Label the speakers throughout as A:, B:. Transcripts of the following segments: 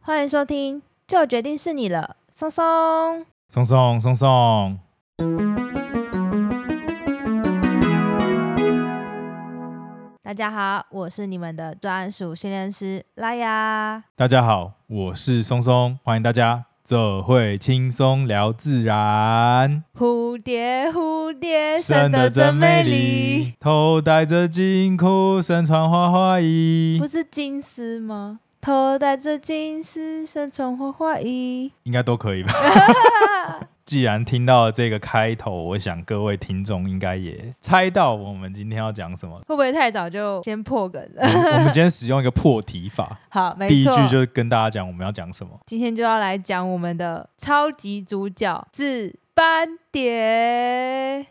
A: 欢迎收听《就决定是你了》，松松。
B: 松松松松，
A: 大家好，我是你们的专属训练师拉雅。
B: 大家好，我是松松，欢迎大家，这会轻松聊自然，
A: 蝴蝶，蝴蝶生得真美丽，，
B: 头戴着金箍，身穿花花衣
A: 不，是金丝吗？头戴着金丝，身穿花花衣。
B: 应该都可 以吧。既然听到这个开头，我想各位听众应该也猜到我们今天要讲什么了。
A: 会不会太早就先破梗
B: 我
A: 了？
B: 们我们今天使用一个破题法，
A: 好，没
B: 第一
A: 错，
B: 句就是跟大家讲我们要讲什么。
A: 今天就要来讲我们的超级主角紫斑蝶。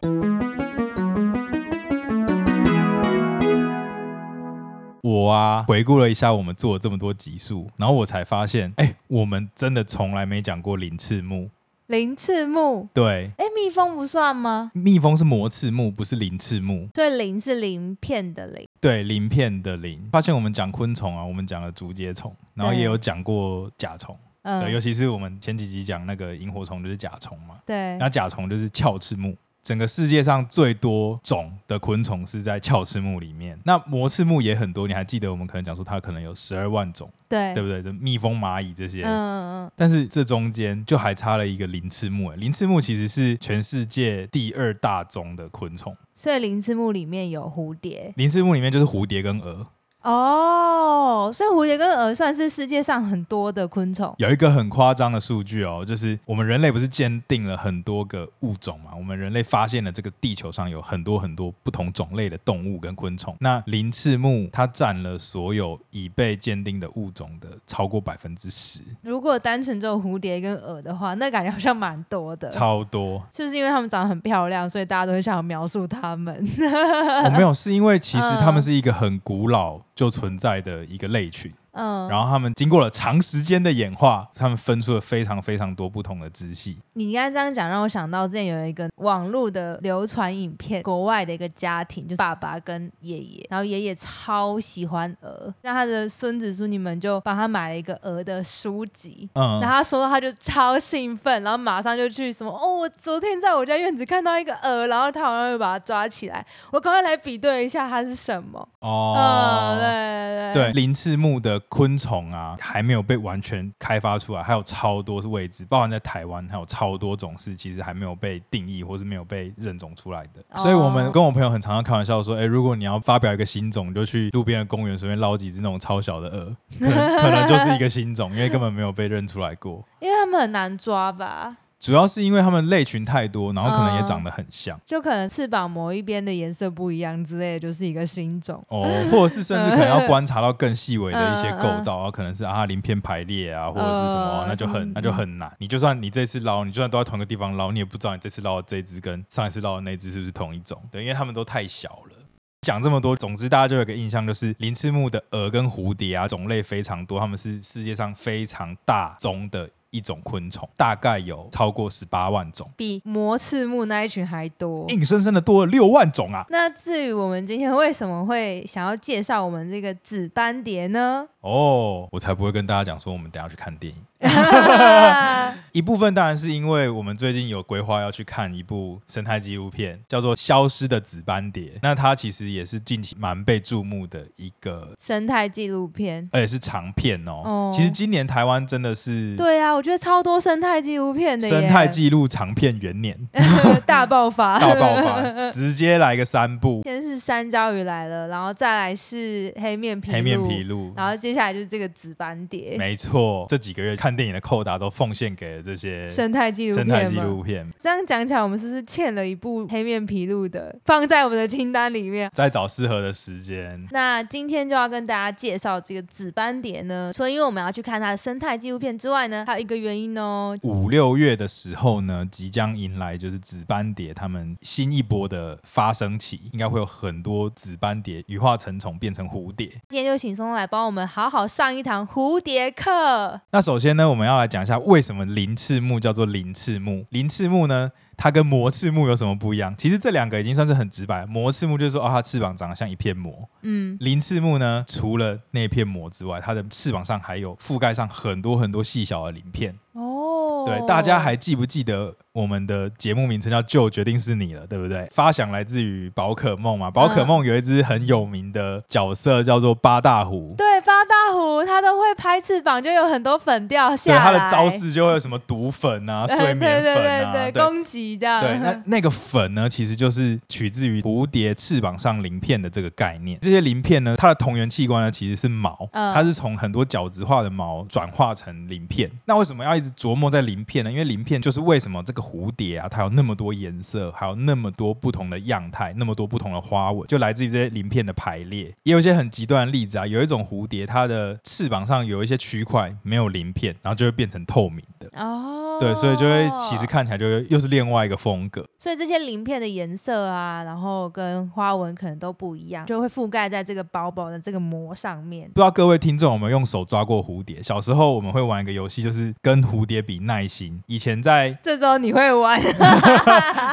B: 我啊，回顾了一下我们做了这么多集数，然后我才发现，哎、我们真的从来没讲过鳞翅目。
A: 鳞翅目，
B: 对，
A: 哎，蜜蜂不算吗？
B: 蜜蜂是膜翅目，不是鳞翅目。
A: 所以鳞是鳞片的鳞。
B: 对，鳞片的鳞。发现我们讲昆虫啊，我们讲了竹节虫，然后
A: 对
B: 也有讲过甲虫。对，
A: 嗯
B: 尤，其是我们前几集讲那个萤火虫就是甲虫嘛，
A: 对
B: 那，甲虫就是鞘翅目。整个世界上最多种的昆虫是在鞘翅目里面，那膜翅目也很多。你还记得我们可能讲说它可能有十二万种，
A: 对，
B: 对不对？就蜜蜂、蚂蚁这些，
A: 嗯嗯嗯，
B: 但是这中间就还差了一个鳞翅目，哎鳞翅目其实是全世界第二大宗的昆虫。
A: 所以鳞翅目里面有蝴蝶
B: 鳞翅目里面就是蝴蝶跟蛾，
A: 哦，所以蝴蝶跟蛾算是世界上很多的昆虫。
B: 有一个很夸张的数据哦，就是我们人类不是鉴定了很多个物种嘛？我们人类发现了这个地球上有很多很多不同种类的动物跟昆虫，那鳞翅目它占了所有已被鉴定的物种的超过百分之十，
A: 如果单纯只有蝴蝶跟蛾的话，那感觉好像蛮多的。
B: 超多。
A: 是不是因为它们长得很漂亮，所以大家都会想要描述它们？
B: 我、哦没有，是因为其实它
A: 嗯
B: 们是一个很古老就存在的一个类群。
A: 嗯，
B: 然后他们经过了长时间的演化，他们分出了非常非常多不同的支系。
A: 你刚才这样讲，让我想到之前有一个网络的流传影片，国外的一个家庭，就是爸爸跟爷爷，然后爷爷超喜欢鹅，那他的孙子孙女们就帮他买了一个鹅的书籍。
B: 嗯
A: 然，后他收到，他就超兴奋，然后马上就去什么哦，我昨天在我家院子看到一个鹅，然后他好像就把它抓起来，我赶快来比对一下它是什么。嗯，
B: 哦，
A: 对对
B: 对，鳞翅目的昆虫啊，还没有被完全开发出来，还有超多位置，包含在台湾，还有超多种是其实还没有被定义或是没有被认种出来的。
A: 哦
B: 所以，我们跟我朋友很常常开玩笑说，哎，如果你要发表一个新种，你就去路边的公园随便捞几只那种超小的鹅， 可能可能就是一个新种，因为根本没有被认出来过。
A: 因为他们很难抓吧，
B: 主要是因为它们类群太多，然后可能也
A: 嗯
B: 长得很像。
A: 就可能翅膀某一边的颜色不一样之类的，就是一个新种。
B: 哦，或者是甚至可 能要观察到更细微的一些
A: 嗯嗯嗯
B: 构造，然后可能是啊鳞片排列啊，或者是什么啊，
A: 嗯
B: 那就很
A: 嗯
B: 那就很难。你就算你这次捞，你就算都在同一个地方捞，你也不知道你这次捞的这一只跟上一次捞的那一只是不是同一种，对，因为它们都太小了。讲这么多，总之大家就有一个印象，就是鳞翅目的蛾跟蝴蝶啊，种类非常多，它们是世界上非常大宗的一种昆虫，大概有超过十八万种，
A: 比魔翅目那一群还多。
B: 硬生生的多了六万种啊！
A: 那至于我们今天为什么会想要介绍我们这个紫斑蝶 呢？
B: 哦，我才不会跟大家讲说我们等一下去看电影。一部分当然是因为我们最近有规划要去看一部生态纪录片，叫做《消失的紫斑蝶》。那它其实也是近期蛮被注目的一个，
A: 生态纪录片。
B: 而且是长片哦。
A: 哦
B: 其实今年台湾真的是
A: 对啊，我觉得超多生态纪录片的耶
B: 生态纪录长片元年
A: 大爆发，
B: 大爆。发，直接来个三部
A: 先是山椒鱼来了，然后再来是黑面琵鹭，
B: 黑面琵鹭。
A: 然后接下来就是这个紫斑蝶，
B: 没错，这几个月看电影的扣打都奉献给了这些
A: 生态纪录
B: 生态
A: 片
B: 纪
A: 嘛。
B: 录片。
A: 这样讲起来，我们是不是欠了一部黑面琵鹭的，放在我们的清单里面？
B: 再找适合的时间，
A: 那今天就要跟大家介绍这个紫斑蝶呢，除了因为我们要去看它的生态纪录片之外呢，还有一个原因哦。
B: 五六月的时候呢，即将迎来就是紫斑蝶它们新一波的发生期，应该会有很多紫斑蝶羽化成虫变成蝴蝶。
A: 今天就请松松来帮我们好好上一堂蝴蝶课。
B: 那首先呢，我们要来讲一下为什么鳞翅目叫做鳞翅目。鳞翅目呢，它跟膜翅目有什么不一样？其实这两个已经算是很直白了。膜翅目就是说，哦，它翅膀长得像一片膜。
A: 嗯，
B: 鳞翅目呢，除了那片膜之外，它的翅膀上还有覆盖上很多很多细小的鳞片。
A: 哦，
B: 对，大家还记不记得我们的节目名称叫“就决定是你了”，对不对？发想来自于宝可梦
A: 嗯
B: 嘛，宝可梦有一只很有名的角色叫做八大胡。
A: 对八大虎，它都会拍翅膀，就有很多粉掉下
B: 对
A: 来。
B: 它的招式就会有什么毒粉啊、
A: 对，
B: 睡眠粉
A: 对
B: 啊，
A: 对对对，攻击这样。
B: 对，那那个粉呢，其实就是取自于蝴蝶翅膀上鳞片的这个概念。这些鳞片呢，它的同源器官呢其实是毛，
A: 嗯
B: 它是从很多角质化的毛转化成鳞片。那为什么要一直琢磨在鳞片呢？因为鳞片就是为什么这个蝴蝶啊，它有那么多颜色，还有那么多不同的样态，那么多不同的花纹，就来自于这些鳞片的排列。也有一些很极端的例子啊，有一种蝴蝶，它的翅膀上有一些区块没有鳞片，然后就会变成透明的。
A: 哦，
B: 对，所以就会其实，看起来就会又是另外一个风格。
A: 所以这些鳞片的颜色啊，然后跟花纹可能都不一样，就会覆盖在这个薄薄的这个膜上面。
B: 不知道各位听众有没有用手抓过蝴蝶？小时候我们会玩一个游戏，就是跟蝴蝶比耐心。以 前在
A: 这周你会玩？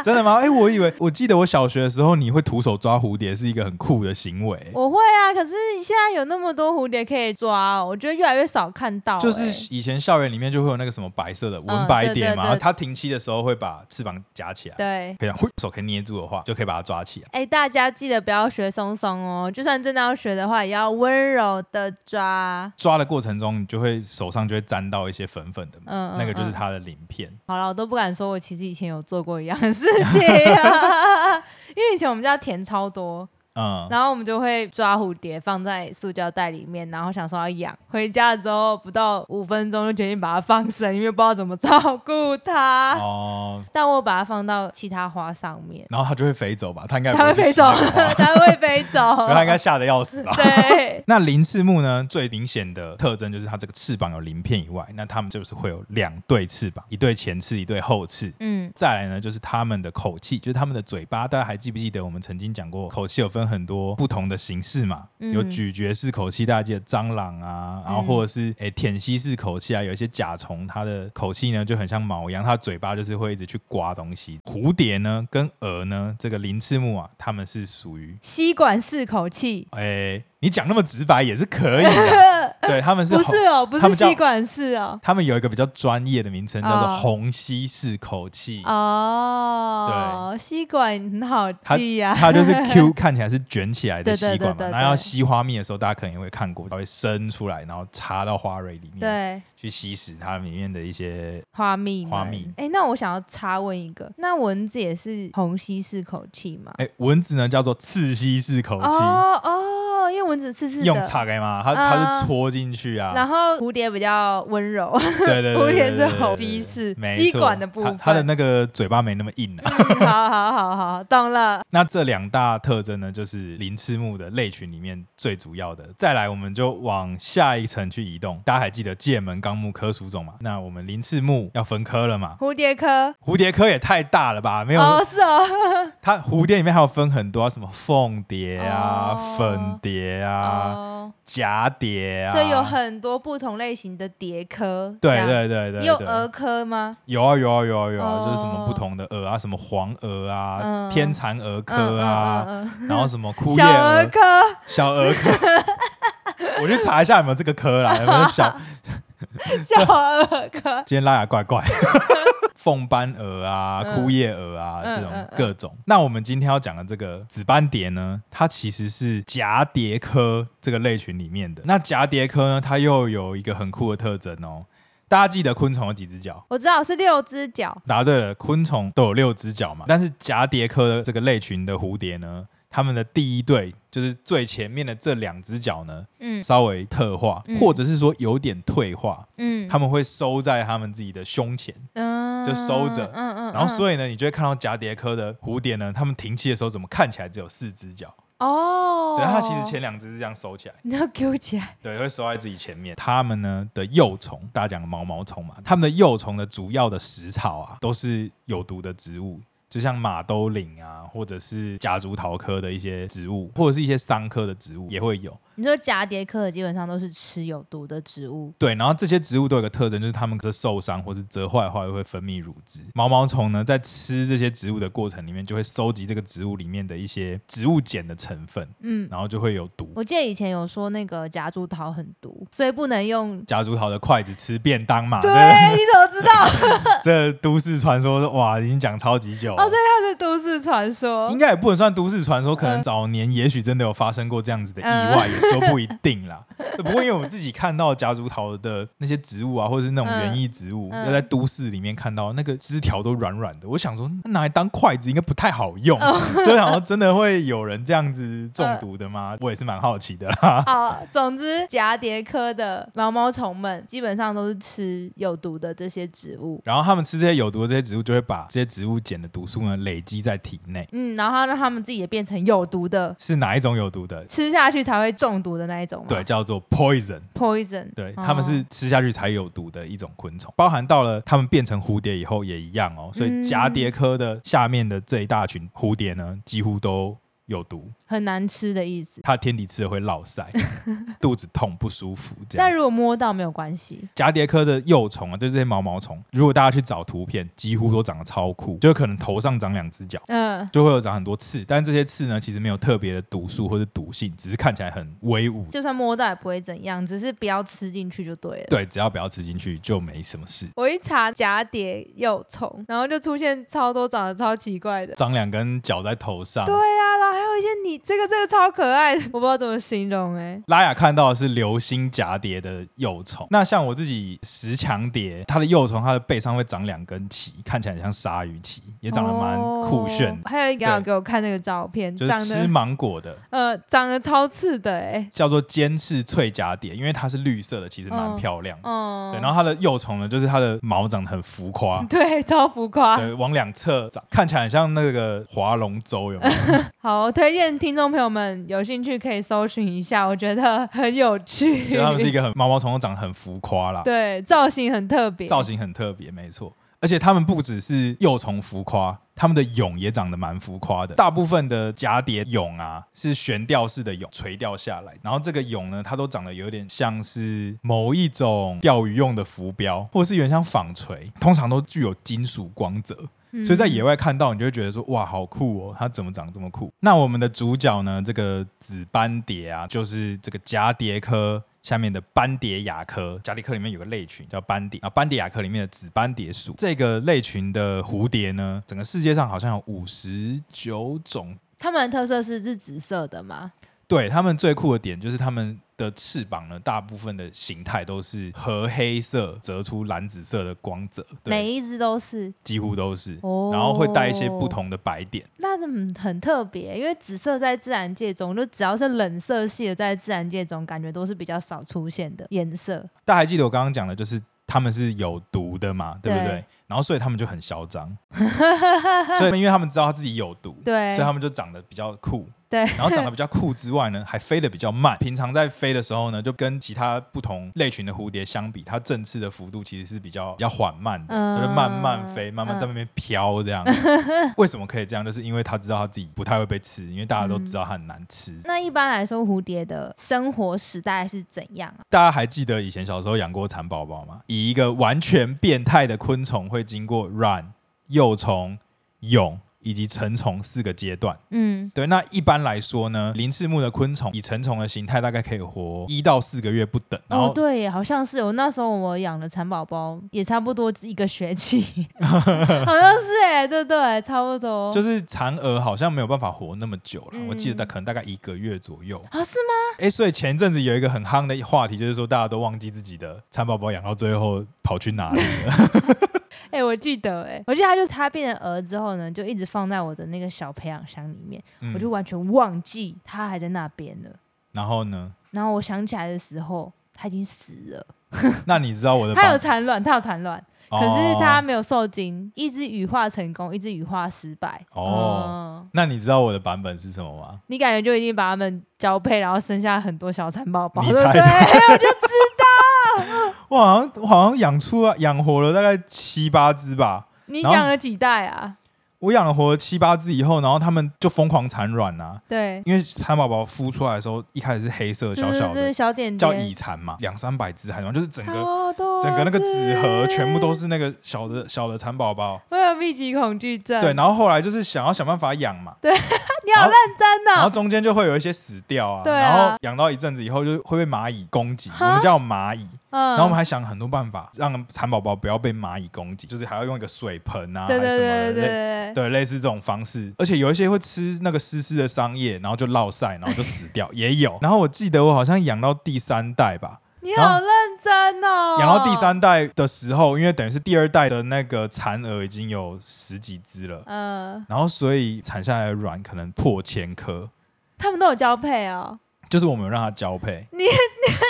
B: 真的吗？哎、我以为我记得我小学的时候，你会徒手抓蝴蝶是一个很酷的行为，
A: 我会啊，可是现在有那么多蝴蝶可以抓、哦，我觉得越来越少看到、
B: 就
A: 哎
B: 是以前校园里面就会有那个什么白色的
A: 嗯
B: 文白
A: 对对
B: 蝶
A: 对
B: 嘛，然后它停栖的时候会把翅膀夹起来，
A: 对。
B: 可以这样呼手可以捏住的话，就可以把它抓起来。
A: 哎、大家记得不要学松松哦，就算真的要学的话，也要温柔的抓。
B: 抓的过程中，你就会手上就会沾到一些粉粉的嘛，
A: 嗯嗯
B: 那个就是
A: 嗯
B: 它的鳞片。
A: 好了，我都不敢说，我其实以前有做过一样的事情、啊 因为以前我们家田超多，
B: 嗯，
A: 然后我们就会抓蝴蝶放在塑胶袋里面，然后想说要养。回家之后不到五分钟就决定把它放生，因为不知道怎么照顾它。
B: 哦，
A: 但我把它放到其他花上面，
B: 然后它就会飞走吧？它应该不
A: 它会
B: 去
A: 飞
B: 吃
A: 走，
B: 那个花
A: 它会飞 走。？
B: 可他应该哦吓得要死吧
A: 对，
B: 那鳞翅目呢，最明显的特征就是它这个翅膀有鳞片以外，那它们就是会有两对翅膀，一对前翅，一对后翅。
A: 嗯，
B: 再来呢，就是它们的口气，就是它们的嘴巴。大家还记不记得我们曾经讲过，口气有分很多不同的形式嘛？
A: 嗯
B: 有咀嚼式口气，大家记得蟑螂啊，然后或者是诶舔吸式口气啊，有一些甲虫，它的口气呢就很像毛一样，它的嘴巴就是会一直去刮东西。蝴蝶呢跟蛾呢，这个鳞翅目啊，它们是属于
A: 吸管式口气，
B: 哎、你讲那么直白也是可 以的。对，他们是
A: 不
B: 红
A: 是，哦，不
B: 他
A: 是
B: 们叫
A: 吸管式哦，
B: 他们有一个比较专业的名称，叫做
A: 哦
B: 虹吸式口气。
A: 哦，吸管很好
B: 它
A: 记啊呀、
B: 它就是 Q 看起来是卷起来的
A: 对
B: 吸
A: 对
B: 管
A: 对对
B: 嘛，那要
A: 对
B: 吸花蜜的时候，大家可能也会看过，它会伸出来，然后插到花蕊里面
A: 对。
B: 去吸食它里面的一些。
A: 花蜜们，
B: 花蜜
A: 哎、那我想要插问一个，那蚊子也是虹吸式口气吗？
B: 哎、蚊子呢叫做刺吸式口气，
A: 哦哦，因为蚊子刺刺的，嗯
B: 用叉开嘛，它它是戳进去啊。
A: 然后蝴蝶比较温 柔，
B: 对对对 对
A: 蝴蝶是
B: 对对对
A: 喉
B: 对
A: 吸式
B: 没
A: 吸
B: 错
A: 管的部
B: 它它的
A: 分
B: 那个嘴巴没那么硬啊。
A: 嗯好好好好，懂了。
B: 那这两大特征呢，就是鳞翅目的类群里面最主要的。再来，我们就往下一层去移动。大家还记得界门纲目科属种嘛？那我们鳞翅目要分科了嘛？
A: 蝴蝶科，
B: 蝴蝶科也太大了吧？没有，
A: 哦是哦，
B: 它蝴蝶里面还有分很多、啊，什么凤蝶啊、
A: 哦
B: 粉蝶啊、
A: 哦，
B: 蛱蝶啊，
A: 所以有很多不同类型的蝶科，
B: 对
A: 这样
B: 对对对
A: 也有
B: 对
A: 蛾科吗？
B: 有啊有啊有啊有啊，
A: 哦
B: 就是什么不同的蛾啊，什么黄蛾啊、
A: 嗯
B: 天蚕蛾科
A: 嗯
B: 啊，
A: 嗯嗯
B: 然后什么
A: 嗯
B: 枯叶
A: 小
B: 蛾
A: 儿科，
B: 小儿科，我去查一下有没有这个科啦，有没有 小？
A: 小儿科，
B: 今天拉雅怪怪， 凤斑蛾啊、
A: 嗯
B: 枯叶蛾啊
A: 嗯
B: 这种
A: 嗯嗯
B: 各种。那我们今天要讲的这个紫斑蝶呢，它其实是蛱蝶科这个类群里面的。那蛱蝶科呢，它又有一个很酷的特征哦。大家记得昆虫有几只脚？
A: 我知道是六只脚，
B: 答对了，昆虫都有六只脚嘛，但是蛱蝶科的这个类群的蝴蝶呢，它们的第一对就是最前面的这两只脚呢，
A: 嗯
B: 稍微特化，
A: 嗯
B: 或者是说有点退化，
A: 嗯，
B: 他们会收在他们自己的胸前，
A: 嗯
B: 就收着
A: 嗯嗯，
B: 然后
A: 以
B: 所以呢，你就会看到蛱蝶科的蝴蝶呢，它们停栖的时候怎么看起来只有四只脚？
A: 哦，
B: 对，它其实前两只是这样收起来，
A: 你要揪起来，
B: 对，会收在自己前面。它们呢的幼虫，大家讲的毛毛虫嘛，它们的幼虫的主要的食草啊，都是有毒的植物。就像马兜铃啊，或者是夹竹桃科的一些植物，或者是一些桑科的植物也会有。
A: 你说蛱蝶科基本上都是吃有毒的植物，
B: 对，然后这些植物都有个特征，就是它们的受伤或是折坏的话，会分泌乳汁。毛毛虫呢，在吃这些植物的过程里面，就会收集这个植物里面的一些植物碱的成分，
A: 嗯。
B: 然后就会有毒。
A: 我记得以前有说那个夹竹桃很毒，所以不能用。
B: 夹竹桃的筷子吃便当嘛，
A: 对，啊
B: 这
A: 你怎么知道？
B: 这都市传说，哇，已经讲超级久了。
A: 哦，所以它是都市传说
B: 应。该也不能算都市传说，可能早年也许真的有发生过这样子的意外，也说不一定啦。对不过因为我自己看到夹竹桃的那些植物啊，或者是那种园艺植物，
A: 嗯嗯
B: 要在都市里面看到那个枝条都软软的，我想说那拿来当筷子应该不太好用， 所以我想说真的会有人这样子中毒的吗？我也是蛮好奇的啦。
A: 好，总之蛱蝶科的毛毛虫们基本上都是吃有毒的这些植物，
B: 然后他们吃这些有毒的这些植物，就会把这些植物碱的毒素呢累积在体内。
A: 嗯，然后让它们自己也变成有毒的，
B: 是哪一种有毒的？
A: 吃下去才会中毒的那一种吗。
B: 对，叫做 poison。
A: ，poison。
B: 对，
A: 哦
B: 它们是吃下去才有毒的一种昆虫，包含到了它们变成蝴蝶以后也一样哦。所以
A: 嗯
B: 蛱蝶科的下面的这一大群蝴蝶呢，几乎都有毒，
A: 很难吃的意思。
B: 它天敌吃了会 落腮，肚子痛不舒服这
A: 但
B: 样。
A: 如果摸到没有关系，
B: 蛱蝶科的幼虫啊，就是这些毛毛虫，如果大家去找图片，几乎都长得超酷，就可能头上长两只脚。
A: 嗯、
B: 就会有长很多刺，但这些刺呢，其实没有特别的毒素或者毒性，只是看起来很威武。
A: 就算摸到也不会怎样，只是不要吃进去就对了。
B: 对，只要不要吃进去就没什么事。
A: 我一查蛱蝶幼虫，然后就出现超多长得超奇怪的。
B: 长两根脚在头上，
A: 对啊，然后还有一些你这个这个超可爱的，我不知道怎么形容哎、
B: 拉雅看到的是流星蛱蝶的幼虫，那像我自己石墙蝶，它的幼虫，它的背上会长两根鳍，看起来很像鲨鱼鳍，也长得蛮酷炫
A: 哦
B: 的，
A: 还有一个有
B: 对
A: 给我看那个照片，
B: 就
A: 哦长
B: 是吃
A: 得
B: 芒果的，
A: 呃长得超刺的哎、
B: 叫做尖翅翠蛱蝶，因为它是绿色的，其实蛮
A: 嗯
B: 漂亮的。
A: 哦、。
B: 对，然后它的幼虫呢，就是它的毛长得很浮夸
A: 对超浮夸。
B: 对，往两侧长，看起来很像那个划龙 舟，有没有？
A: 好，推荐听众朋友们有兴趣可以搜寻一下，我觉得很有趣。
B: 就它们是一个很毛毛虫，都长得很浮夸啦。
A: 对造型很特别，
B: 造型很特别，没错。而且它们不只是幼虫浮夸，它们的蛹也长得蛮浮夸的。大部分的蛱蝶蛹啊是悬吊式的蛹，垂吊下来，然后这个蛹呢，它都长得有点像是某一种钓鱼用的浮标，或者是有点像纺锤，通常都具有金属光泽。
A: 嗯
B: 所以在野外看到，你就会觉得说，哇，好酷哦！它怎么长这么酷？那我们的主角呢？这个紫斑蝶啊，就是这个蛱蝶科下面的斑蝶亚科。蛱蝶科里面有个类群叫斑蝶啊，斑蝶亚科里面的紫斑蝶属这个类群的蝴蝶呢，整个世界上好像有五十九种。
A: 它们的特色是是紫色的嘛？
B: 对，它们最酷的点就是它们的翅膀呢，大部分的形态都是和黑色折出蓝紫色的光泽，对，
A: 每一只都是，
B: 几乎都是。
A: 哦
B: 然后会带一些不同的白点。
A: 那很很特别，因为紫色在自然界中，就只要是冷色系的，在自然界中感觉都是比较少出现的颜色。
B: 大家还记得我刚刚讲的，就是他们是有毒的嘛，对不对？
A: 对
B: 然后所以他们就很嚣张， 所以因为他们知道他自己有毒，
A: 对
B: 所以他们就长得比较酷。
A: 对
B: 然后长得比较酷之外呢，还飞得比较慢。平常在飞的时候呢，就跟其他不同类群的蝴蝶相比，它振翅的幅度其实是比较比较缓慢的，
A: 嗯
B: 它就慢慢飞，慢慢在那边飘 这样。为什么可以这样？就是因为它知道它自己不太会被吃，因为大家都知道它很难吃。
A: 那一般来说，蝴蝶的生活时代是怎样啊？
B: 大家还记得以前小时候养过蚕宝宝吗？以一个完全变态的昆虫会经过卵、幼虫、蛹以及成虫四个阶段。
A: 嗯，
B: 对，那一般来说呢，鳞翅目的昆虫以成虫的形态大概可以活一到四个月不等，然后、
A: 哦，对耶，好像是我那时候我养的蚕宝宝也差不多一个学 期，好像是哎，对对，差不多。
B: 就是是蚕蛾好像没有办法活那么久了，
A: 哦嗯
B: 我记得大可能大概一个月左右。
A: 啊，是吗？
B: 哎、所以前阵子有一个很夯的话题，就是说大家都忘记自己的蚕宝宝养到最后跑去哪里了。
A: 哎、我记得哎、我记得它就是它变成蛾之后呢，就一直放在我的那个小培养箱里面，
B: 嗯
A: 我就完全忘记它还在那边了。
B: 然后呢？
A: 然后我想起来的时候，它已经死了。
B: 那你知道我的
A: 它有
B: 爸
A: 产卵，它有产卵，可是
B: 哦
A: 它没有受精，一只羽化成功，一只羽化失败。
B: 哦
A: 嗯
B: 那你知道我的版本是什么吗？
A: 你感觉就已经把它们交配，然后生下很多小蚕宝宝，
B: 你
A: 对不
B: 猜
A: 对？
B: 我好像我好像养出啊，养活了大概七八只吧。
A: 你
B: 然后
A: 养了几代啊？
B: 我养了活了七八只以后，然后它们就疯狂产卵啊，
A: 对，
B: 因为蚕宝宝孵出来的时候，一开始是黑色
A: 就
B: 小
A: 是
B: 小
A: 这
B: 的
A: 是，小点点，
B: 叫蚁蚕嘛，两三百只还卵，就是整个
A: 超多
B: 整个那个纸盒全部都
A: 只。
B: 是那个小的小的蚕宝宝。
A: 我有密集恐惧症。
B: 对，然后后来就是想要想办法养嘛，
A: 你好认真
B: 然后
A: 哦。
B: 中间就会有一些死掉啊，
A: 对啊
B: 然后养到一阵子以后就会被蚂蚁攻击，我
A: 哈
B: 们叫蚂蚁，
A: 嗯，
B: 然后我们还想很多办法让蚕宝宝不要被蚂蚁攻击，就是还要用一个水盆啊，还
A: 对
B: 是
A: 对
B: 什么
A: 对
B: 的
A: 对
B: 类。
A: 对对，
B: 对，类似这种方式，而且有一些会吃那个湿湿的桑叶，然后就落晒，然后就死 掉，也有。然后我记得我好像养到第三代吧，
A: 你好认真哦。
B: 养到第，三代的时候，因为等于是第二代的那个蚕蛾已经有十几只了，
A: 嗯，
B: 然后所以产下来的卵可能破千颗，
A: 他们都有交配哦，
B: 就是我们有让它交配。
A: 你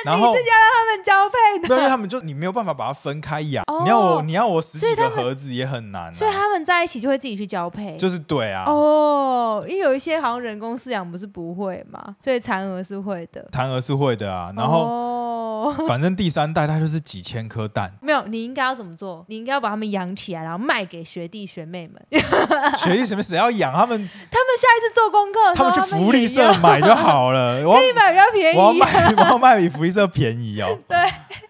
B: 然
A: 他
B: 后
A: 们交配
B: 对，因为
A: 的，
B: 他们就 你没有办法把它分开养，
A: 哦
B: 你要我你要我十
A: 所
B: 几
A: 以他
B: 个
A: 们
B: 盒子也很难、啊，
A: 所以他们在一起就会自己去交配。
B: 就是对啊。
A: 哦，因为有一些好像人工饲养不是不会嘛，所以蚕蛾是会的。
B: 蚕蛾是会的啊，然后
A: 哦，
B: 反正第三代它就是几千颗蛋
A: 没有，你应该要怎么做？你应该要把它们养起来，然后卖给学弟学妹们。
B: 学弟什么谁要养他
A: 他
B: 们？
A: 们下一次做功课的时
B: 他
A: 候，
B: 们去
A: 哦他
B: 福利
A: 也
B: 社
A: 要
B: 买就好了。 我要
A: 可以买比较便宜。啊
B: 我要卖我要卖比福利社便宜哦。
A: 对，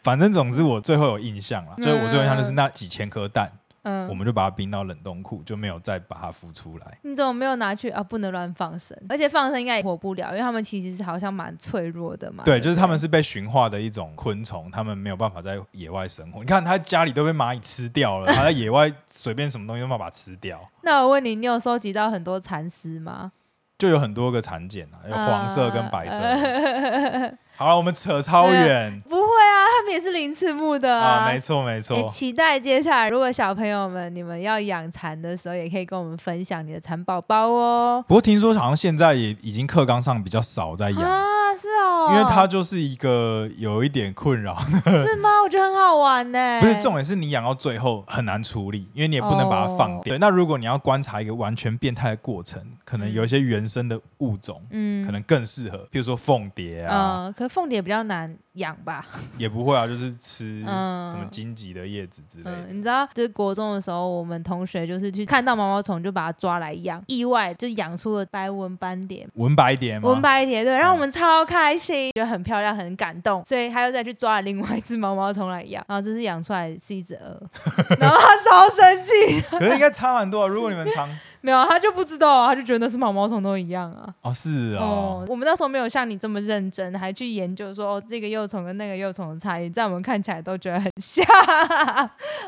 B: 反正总之我最后有印象了，
A: 嗯
B: 所以我最后印象就是那几千颗蛋，
A: 嗯
B: 我们就把它冰到冷冻库，就没有再把它孵出来。
A: 你怎么没有拿去啊？不能乱放生，而且放生应该也活不了，因为他们其实是好像蛮脆弱的嘛。
B: 对，
A: 不
B: 就是他们是被驯化的一种昆虫，他们没有办法在野外生活。你看，它家里都被蚂蚁吃掉了，它在野 外随便什么东西都把它吃掉，
A: 那我问你，你有收集到很多蚕丝吗？
B: 就有很多个产茧啊，有黄色跟白色的。
A: 呃哎
B: 好了，我们 扯超远
A: 不会啊，他们也是零翅目的
B: 啊，没错没
A: 诶
B: 错。
A: 期待接下来，如果小朋友们你们要养蚕的时候，也可以跟我们分享你的蚕宝宝哦。
B: 不过听说好像现在也已经课纲上比较少在养，
A: 啊，是哦，
B: 因为它就是一个有一点困扰，
A: 是吗？我觉得很好玩呢。
B: 不是重点是你养到最后很难处理，因为你也不能把它放
A: 哦
B: 掉。对那如果你要观察一个完全变态的过程，可能有一些原生的物种。
A: 嗯
B: 可能更适合，譬如说凤蝶啊，
A: 嗯，可是凤蝶比较难养吧？
B: 也不会啊，就是吃
A: 嗯
B: 什么荆棘的叶子之类的。
A: 嗯，你知道，就是国中的时候，我们同学就是去看到毛毛虫就把它抓来养，意外就养出了白纹斑蝶。
B: 文白蝶吗？嗯
A: 纹白蝶对，让我们超开心，觉得很漂亮，很感动，所以他又再去抓了另外一只毛毛虫来养，然后这次养出来是一只鹅， 然后他超生气，
B: 可是应该差蛮多、啊。如果你们常
A: 没有，他就不知道啊，他就觉得那是毛毛虫都一样啊。
B: 哦，是哦，
A: 我们那时候没有像你这么认真，还去研究说哦，这个幼虫跟那个幼虫的差异，在我们看起来都觉得很像。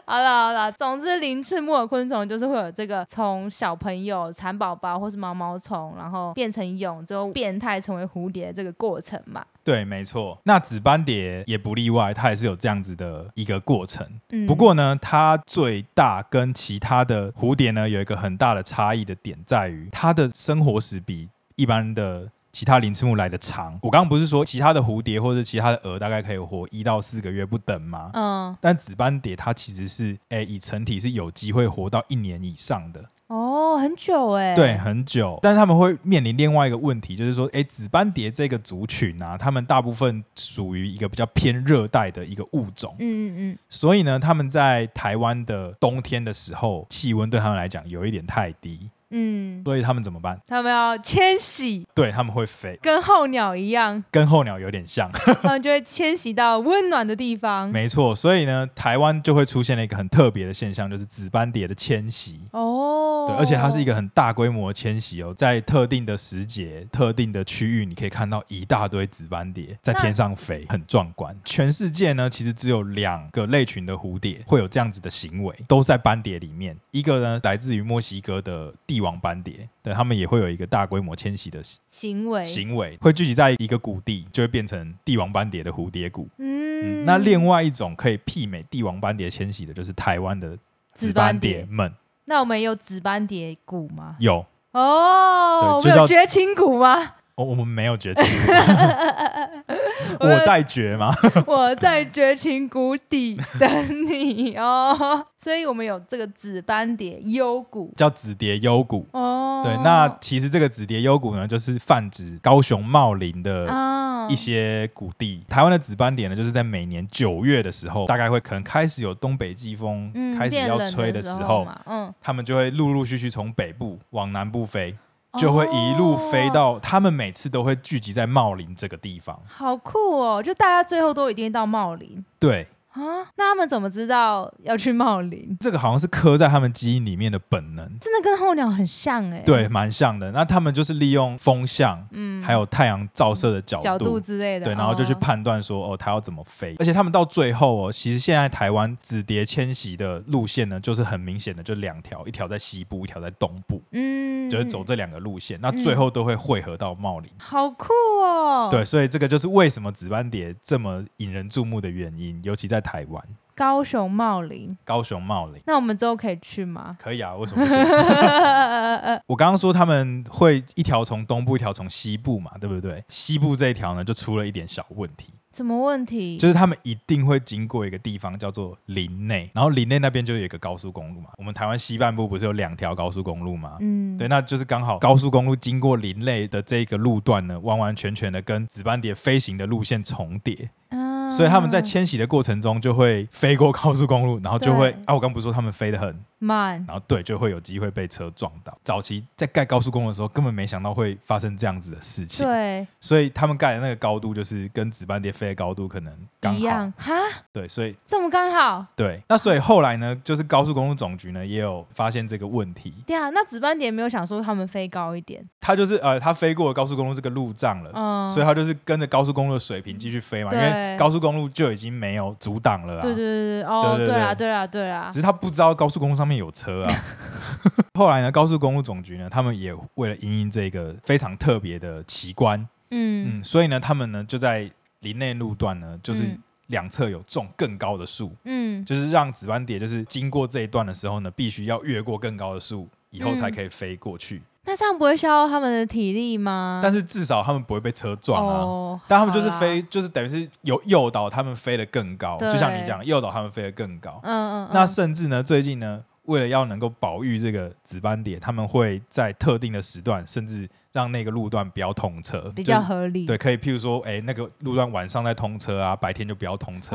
A: 好了好了，总之鳞翅目的昆虫就是会有这个从小朋友蚕宝宝或是毛毛虫，然后变成蛹，最后变态成为蝴蝶的这个过程嘛。
B: 对，没错。那紫斑蝶也不例外，它也是有这样子的一个过程。
A: 嗯，
B: 不过呢，它最大跟其他的蝴蝶呢有一个很大的差异的点在于，它的生活时比一般的其他鳞翅目来的长。我刚刚不是说其他的蝴蝶或者其他的蛾大概可以活一到四个月不等吗？
A: 嗯
B: 但紫斑蝶它其实是，诶、以成体是有机会活到一年以上的，
A: 哦，很久哎、
B: 对，，很久。但是他们会面临另外一个问题，就是说，诶、紫斑蝶这个族群啊，他们大部分属于一个比较偏热带的一个物种，
A: 嗯嗯
B: 所以呢，他们在台湾的冬天的时候，气温对他们来讲有一点太低，
A: 嗯嗯，
B: 所以他们怎么办？
A: 他们要迁徙，
B: 对，他们会飞，
A: 跟候鸟一样，
B: 跟候鸟有点像，
A: 他们就会迁徙到温暖的地方。
B: 没错。所以呢，台湾就会出现了一个很特别的现象，就是紫斑蝶的迁徙。
A: 哦，
B: 对，而且它是一
A: 个。
B: 个很大规模的迁徙哦，在特定的时节、特定的区域，你可以看到一大堆紫斑蝶在天上飞，很壮观。全世界呢，其实只有两个类群的蝴蝶会有这样子的行为，都是在斑蝶里面。一个呢，来自于墨西哥的帝王斑蝶，对，它们也会有一个大规模迁徙的
A: 行为，
B: 行为，会聚集在一个谷地，就会变成帝王斑蝶的蝴蝶谷。
A: 嗯
B: 嗯，那另外一种可以媲美帝王斑蝶迁徙的，就是台湾的紫斑蝶们
A: 那我们有紫斑蝶骨吗？
B: 有。
A: 哦，我们
B: 对就
A: 有
B: 叫
A: 绝情骨吗？
B: 哦我我们没有绝情 谷，我在绝吗？
A: 我在绝情谷底等你哦。所以我们有这个紫斑蝶幽谷
B: 叫紫蝶幽谷。
A: 哦。
B: 对，那其实这个紫蝶幽谷呢，就是泛指高雄茂林的
A: 啊
B: 一些谷地。台湾的紫斑蝶呢，就是在每年九月的时候，大概会可能开始有东北季风、
A: 嗯
B: 开始
A: 变
B: 要
A: 冷
B: 吹
A: 的
B: 时
A: 候
B: 候，
A: 嘛，嗯，
B: 他们就会陆陆续续从北部往南部飞，
A: 哦
B: 就会一路飞到。他们每次都会聚集在茂林这个地方
A: 哦。好酷哦！就大家最后都一定到茂林
B: 对，
A: 啊，那他们怎么知道要去茂林？
B: 这个好像是刻在他们基因里面的本能。
A: 真的跟候鸟很像哎、
B: 对，，蛮像的。那他们就是利用风向，
A: 嗯，
B: 还有太阳照射的角度，
A: 角度之类的，
B: 对，然后就去
A: 哦
B: 判断说，哦，它要怎么飞。而且他们到最后哦，其实现在台湾紫蝶迁徙的路线呢，就是很明显的，就两条，一条在西部，一条在东部，
A: 嗯，
B: 就是走这两个路线。那最后都会汇合到茂林。
A: 好酷哦！
B: 对，，所以这个就是为什么紫斑蝶这么引人注目的原因，尤其在台湾
A: 高雄茂林，
B: 高雄茂林。
A: 那我们之后可以去 吗？
B: 可以啊，为什么不行？我刚刚说他们会一条从东部，一条从西部嘛，对不对？西部这一条呢，就出了一点小问题，
A: 什么问题？
B: 就是他们一定会经过一个地方叫做林内，然后林内那边就有一个高速公路嘛。我们台湾西半部不是有两条高速公路吗？
A: 嗯，
B: 对，那就是刚好高速公路经过林内的这个路段呢，完完全全的跟紫斑蝶飞行的路线重叠，
A: 啊，
B: 所以他们在迁徙的过程中就会飞过高速公路，然后就会
A: 对
B: 啊，我刚不是说他们飞得很
A: 慢，
B: 然后对，就会有机会被车撞到。早期在盖高速公路的时候，根本没想到会发生这样子的事情，
A: 对，
B: 所以他们盖的那个高度就是跟紫斑蝶飞的高度可能刚
A: 一样
B: 好，
A: 哈，
B: 对，所以
A: 这么刚好。
B: 对，那所以后来呢，就是高速公路总局呢也有发现这个问题，
A: 对啊，那值班点没有想说他们飞高一点，
B: 它就是呃，它飞过高速公路这个路障了。
A: 嗯，
B: 呃所以它就是跟着高速公路的水平继续飞嘛，因
A: 对
B: 为高速公路就已经没有阻挡了啊。
A: 对对对对，哦，
B: 对对对
A: 对啦对啦对啦
B: 只，是他不知道高速公路上面有 车啊。后来呢，高速公路总局呢，他们也为了因应这个非常特别的奇观，
A: 嗯
B: 嗯，所以呢，他们呢就在林内路段呢，就是
A: 嗯
B: 两侧有种更高的树，
A: 嗯，
B: 就是让紫斑蝶就是经过这一段的时候呢，必须要越过更高的树。以后才可以飞过去，
A: 那这样不会消耗他们的体力吗？
B: 但是至少他们不会被车撞
A: 嗯
B: 啊。
A: 哦，
B: 但他们就是
A: 好啦
B: 飞，，就是等于是有诱导他们飞得更高，
A: 对
B: 就像你讲，诱导他们飞得更高。
A: 嗯嗯，
B: 那
A: 嗯
B: 甚至呢，最近呢，为了要能够保育这个紫斑蝶，他们会在特定的时段，甚至让那个路段不要通车，
A: 比较
B: 就是
A: 合理，
B: 对，可以譬如说，哎、那个路段晚上再通车啊，白天就不要通车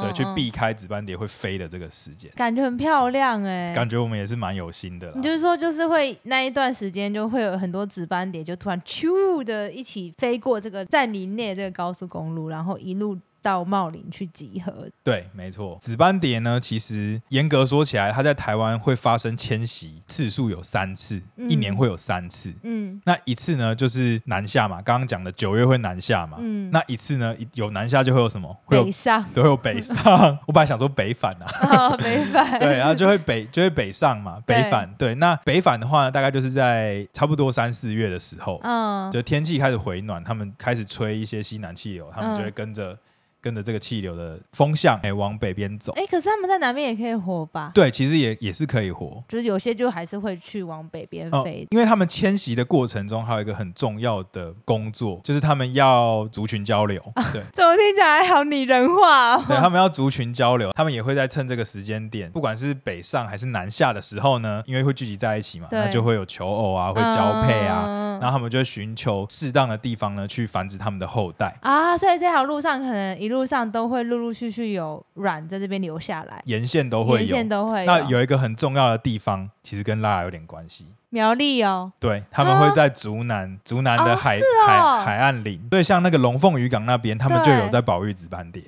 A: 嗯，嗯
B: 对，去，
A: 嗯嗯
B: 避开紫斑蝶会飞的这个时间。
A: 感觉很漂亮哎，
B: 感觉啊我们也是蛮有心的啦
A: 你，就是说，就是会那一段时间就会有很多紫斑蝶，就突然啾的一起飞过这个在林内这个高速公路，然后一路到茂林去集合。
B: 对，没错。紫斑蝶呢，其实严格说起来，它在台湾会发生迁徙次数有三次，
A: 嗯
B: 一年会有三次。
A: 嗯
B: 那一次呢，就是南下嘛，刚刚讲的九月会南下嘛，
A: 嗯，
B: 那一次呢，一有南下就会有什么？啊会有
A: 北上
B: 都会有北上。我本来想说北返啊，
A: 哦，北返，
B: 对，然后就会北就会北上嘛，
A: 对
B: 北返。对，那北返的话呢，大概就是在差不多三四月的时候，
A: 嗯，
B: 就天气开始回暖，他们开始吹一些西南气流，他们
A: 嗯
B: 就会跟着、跟着这个气流的风向，哎、往北边走。
A: 哎，可是他们在南边也可以活吧？
B: 对，其实也也是可以活。
A: 就是有些就还是会去往北边
B: 哦
A: 飞，
B: 因为他们迁徙的过程中，还有一个很重要的工作，就是他们要族群交 流。对，
A: 怎么听起来好拟人化哦？
B: 对，他们要族群交流，他们也会在趁这个时间点，不管是北上还是南下的时候呢，因为会聚集在一起嘛，
A: 对
B: 那就会有求偶啊，会交配啊，
A: 嗯
B: 然后他们就会寻求适当的地方呢去繁殖他们的后代。
A: 啊，所以这条路上可能一路上都会陆陆续续有卵在这边留下来，
B: 沿线都会
A: 沿
B: 有
A: 线，都会
B: 那有一个很重要的地方，其实跟拉雅有点关系。
A: 苗栗哦，
B: 对，他们
A: 啊
B: 会在竹南，竹南的
A: 哦
B: 海、
A: 是哦
B: 海海岸林，对，像那个龙凤渔港那边，他们就
A: 对
B: 有在保育紫斑蝶。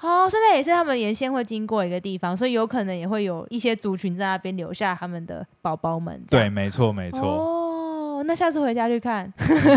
A: 哦，所以那也是他们原先会经过一个地方，所以有可能也会有一些族群在那边留下他们的宝宝们。这
B: 对，
A: 样，
B: 没错，没 错，
A: 哦，那下次回家去看。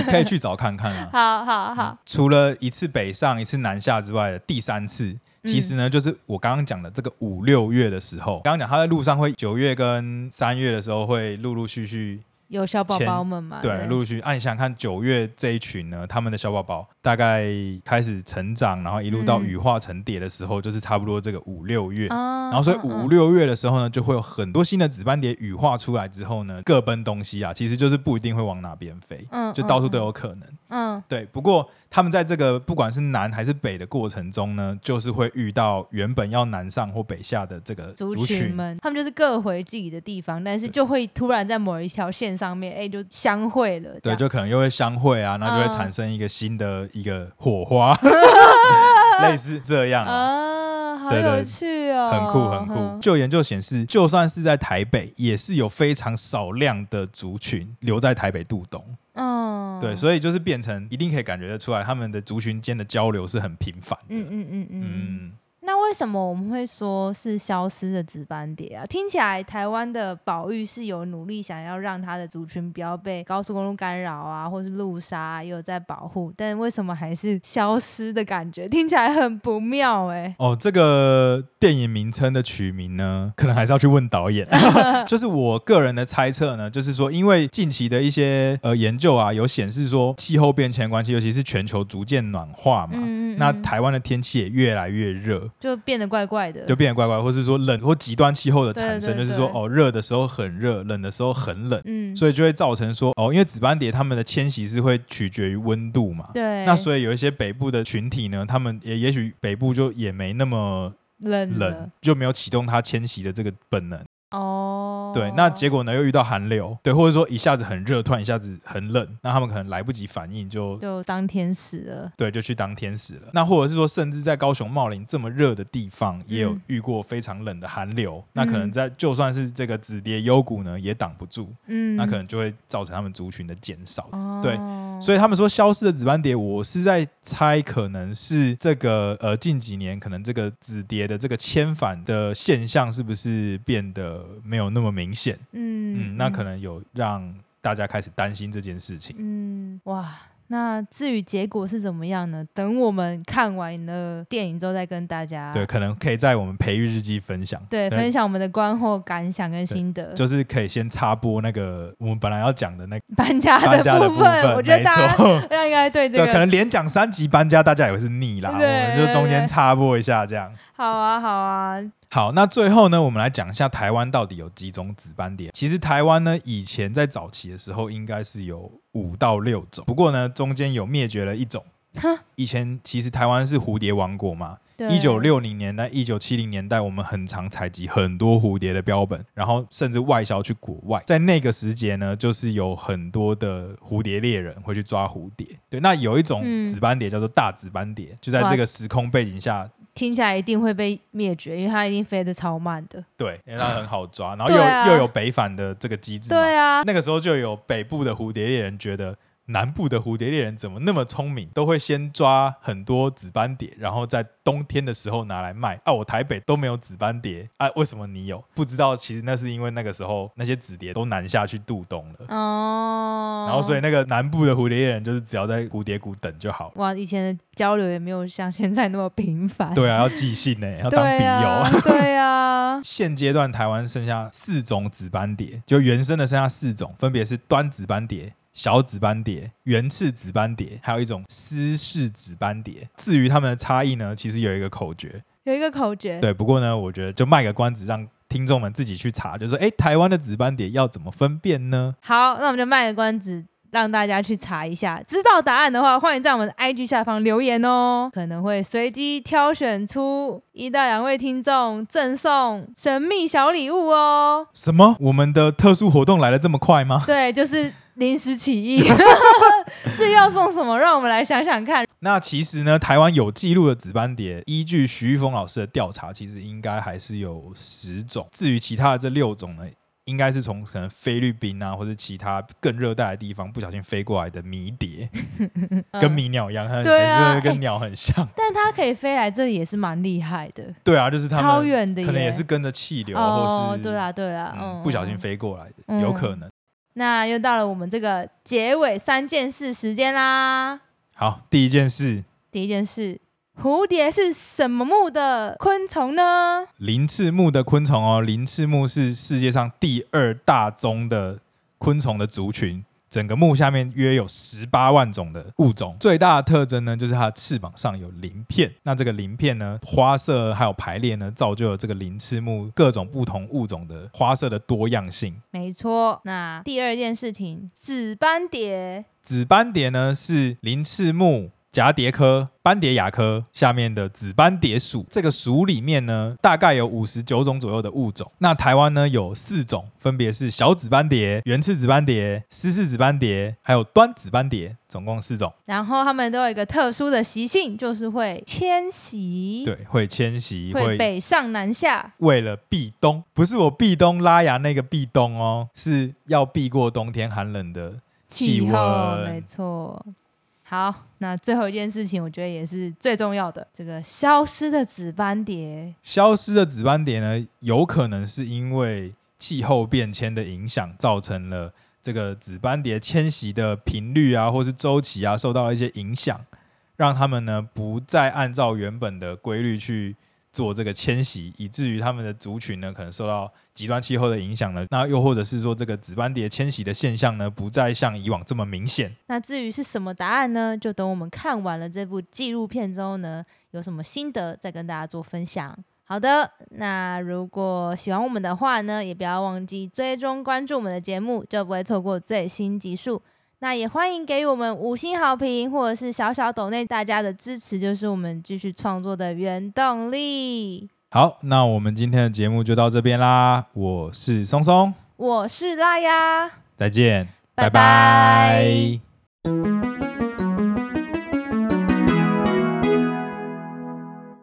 B: 可以去找看看啊。
A: 好好好，
B: 除了一次北上、一次南下之外，第三次
A: 嗯
B: 其实呢，就是我刚刚讲的这个五六月的时候，刚刚讲他在路上会九月跟三月的时候会陆陆续续
A: 有小宝
B: 前
A: 宝们嘛，
B: 对，陆续。啊，你想想看，九月这一群呢，他们的小宝宝大概开始成长，然后一路到
A: 嗯
B: 羽化成蝶的时候，就是差不多这个五六月。
A: 啊
B: 然后所以
A: 嗯
B: 五
A: 嗯
B: 六月的时候呢，就会有很多新的紫斑蝶羽化出来之后呢，各奔东西啊，其实就是不一定会往哪边飞，
A: 嗯
B: 就到处都有可能。
A: 嗯
B: 对，不过他们在这个不管是南还是北的过程中呢，就是会遇到原本要南上或北下的这个
A: 族
B: 族群。
A: 们，他们就是各回自己的地方，但是就会突然在某一条线上面，哎，就相会了。这
B: 对，
A: 样嗯
B: 就可能又会相会啊，然后就会产生一个新的一个火 花，类似这样啊。
A: 啊，好
B: 对对
A: 有趣哦，
B: 很酷，很酷。
A: 嗯。
B: 就研究显示，就算是在台北，也是有非常少量的族群留在台北渡冬。
A: 嗯，
B: 对，所以就是变成一定可以感觉得出来，他们的族群间的交流是很频繁的。
A: 嗯嗯嗯嗯。
B: 嗯，
A: 那为什么我们会说是消失的紫斑蝶啊？听起来台湾的保育是有努力想要让它的族群不要被高速公路干扰啊，或是路杀、啊，也有在保护，但为什么还是消失的感觉？听起来很不妙哎、
B: 哦，这个电影名称的取名呢，可能还是要去问导 演。就是我个人的猜测呢，就是说，因为近期的一些呃研究啊，有显示说气候变迁的关系，尤其是全球逐渐暖化嘛，
A: 嗯嗯嗯
B: 啊那台湾的天气也越来越热，
A: 就变得怪怪的，
B: 就变得怪怪，或是说冷或极端气候的产生，
A: 对对
B: 就是说
A: 对
B: 哦，热的时候很热，冷的时候很冷，
A: 嗯，
B: 所以就会造成说哦，因为紫斑蝶它们的迁徙是会取决于温度嘛。
A: 对，
B: 那所以有一些北部的群体呢，他们也也许北部就也没那么
A: 冷
B: 冷
A: 了，
B: 就没有启动它迁徙的这个本能。
A: 哦，
B: 对，那结果呢又遇到寒流，对，或者说一下子很热，突然一下子很冷，那他们可能来不及反应就。
A: 就当天使了，
B: 对，就去当天使了。那或者是说，甚至在高雄茂林这么热的地方，也有
A: 嗯
B: 遇过非常冷的寒流。那可能
A: 嗯
B: 在就算是这个紫蝶幽谷呢，也挡不住，
A: 嗯，
B: 那可能就会造成他们族群的减少。
A: 哦，
B: 对所以他们说消失的紫斑蝶，我是在猜，可能是这个呃近几年可能这个紫蝶的这个迁返的现象是不是变得没有那么明显？
A: 嗯
B: 嗯，那可能有让大家开始担心这件事情。
A: 嗯，哇，那至于结果是怎么样呢？等我们看完了电影之后再跟大家
B: 对，可能可以在我们培育日记分享。
A: 对
B: 那
A: 分享我们的观后感想跟心得。
B: 就是可以先插播那个我们本来要讲的那个
A: 搬家
B: 搬家的
A: 啊部
B: 部分，
A: 我觉得
B: 没
A: 大家
B: 错。
A: 大家 应该对这
B: 对，啊可
A: 个
B: 能连讲三集搬家，大家也会是腻啦。我
A: 对
B: 们就中
A: 对对
B: 间插播一下这样。
A: 好啊好啊，
B: 好，那最后呢，我们来讲一下台湾到底有几种紫斑蝶。其实台湾呢，以前在早期的时候应该是有五到六种，不过呢，中间有灭绝了一种
A: 哈。
B: 以前其实台湾是蝴蝶王国嘛，
A: 对，
B: 一九六零年代、一九七零年代，我们很常采集很多蝴蝶的标本，然后甚至外销去国外。在那个时节呢，就是有很多的蝴蝶猎人会去抓蝴蝶。对，那有一种
A: 嗯
B: 紫斑蝶叫做大紫斑蝶，就在
A: 哇
B: 这个时空背景下
A: 听起来一定会被灭绝，因为它一定飞得超慢的。
B: 对，因为它很好抓，然后又、
A: 对啊
B: 又有北返的这个机制嘛。
A: 对啊，
B: 那个时候就有北部的蝴蝶猎人觉得。南部的蝴蝶猎人怎么那么聪明，都会先抓很多紫斑蝶，然后在冬天的时候拿来卖。啊，我台北都没有紫斑蝶，啊，为什么你有？不知道，其实那是因为那个时候那些紫蝶都南下去渡冬了，
A: 哦，
B: 然后所以那个南部的蝴蝶猎人就是只要在蝴蝶谷等就好了。
A: 哇，以前的交流也没有像现在那么频繁。
B: 对啊，要寄信呢、要当笔
A: 对
B: 友。
A: 啊，对啊，
B: 现阶段台湾剩下四种紫斑蝶，就原生的剩下四种，分别是端紫斑蝶、小紫斑蝶、圆翅紫斑蝶，还有一种丝式紫斑蝶。至于它们的差异呢，其实有一个口诀，
A: 有一个口诀，
B: 对，不过呢，我觉得就卖个关子，让听众们自己去查，就是说，哎，台湾的紫斑蝶要怎么分辨呢？
A: 好，那我们就卖个关子，让大家去查一下。知道答案的话，欢迎在我们的 IG 下方留言哦，可能会随机挑选出一到两位听众赠送神秘小礼物哦。
B: 什么？我们的特殊活动来的这么快吗？
A: 对，就是临时起意， 至于要送什么，让我们来想想看。
B: 那其实呢，台湾有记录的紫斑蝶，依据徐玉峰老师的调查，其实应该还是有十种。至于其他的这六种呢，应该是从可能菲律宾啊，或者其他更热带的地方不小心飞过来的迷 蝶，跟迷鸟一样，它
A: 对啊
B: 还是跟鸟很像。
A: 但它可以飞来这里也是蛮厉害的，
B: 对啊，就是它
A: 超
B: 们
A: 远的耶，
B: 可能也是跟着气流，或
A: 哦，
B: 是
A: 对啦对啦，
B: 嗯
A: 嗯，
B: 不小心
A: 嗯
B: 飞过来的，
A: 嗯
B: 有可能。
A: 那又到了我们这个结尾三件事时间啦。
B: 好，第一件事，
A: 第一件事，蝴蝶是什么目的昆虫呢？
B: 鳞翅目的昆虫哦，鳞翅目是世界上第二大宗的昆虫的族群。整个目下面约有十八万种的物种，最大的特征呢，就是它的翅膀上有鳞片。那这个鳞片呢，花色还有排列呢，造就了这个鳞翅目各种不同物种的花色的多样性。
A: 没错。那第二件事情，紫斑蝶，
B: 紫斑蝶呢是鳞翅目蛱蝶科斑蝶亚科下面的紫斑蝶属。这个属里面呢，大概有五十九种左右的物种。那台湾呢有四种，分别是小紫斑蝶、圆翅紫斑蝶、丝翅紫斑蝶，还有端紫斑蝶，总共四种。
A: 然后它们都有一个特殊的习性，就是会迁徙，
B: 对，会迁徙，
A: 会
B: 会
A: 北上南下。
B: 为了避冬，不是我避冬拉牙那个避冬哦，是要避过冬天寒冷的气
A: 气候没
B: 温。
A: 错。好，那最后一件事情，我觉得也是最重要的，这个消失的紫斑蝶。
B: 消失的紫斑蝶呢，有可能是因为气候变迁的影响，造成了这个紫斑蝶迁徙的频率啊，或是周期啊，受到了一些影响，让它们呢不再按照原本的规律去做这个迁徙，以至于它们的族群呢可能受到极端气候的影响了。那又或者是说，这个紫斑蝶迁徙的现象呢，不再像以往这么明显。
A: 那至于是什么答案呢？就等我们看完了这部纪录片之后呢，有什么心得再跟大家做分享。好的，那如果喜欢我们的话呢，也不要忘记追踪关注我们的节目，就不会错过最新集数。那也欢迎给予我们五星好评，或者是小小抖内，大家的支持就是我们继续创作的原动力。
B: 好，那我们今天的节目就到这边啦。我是松松，
A: 我是拉呀，
B: 再见，
A: 拜拜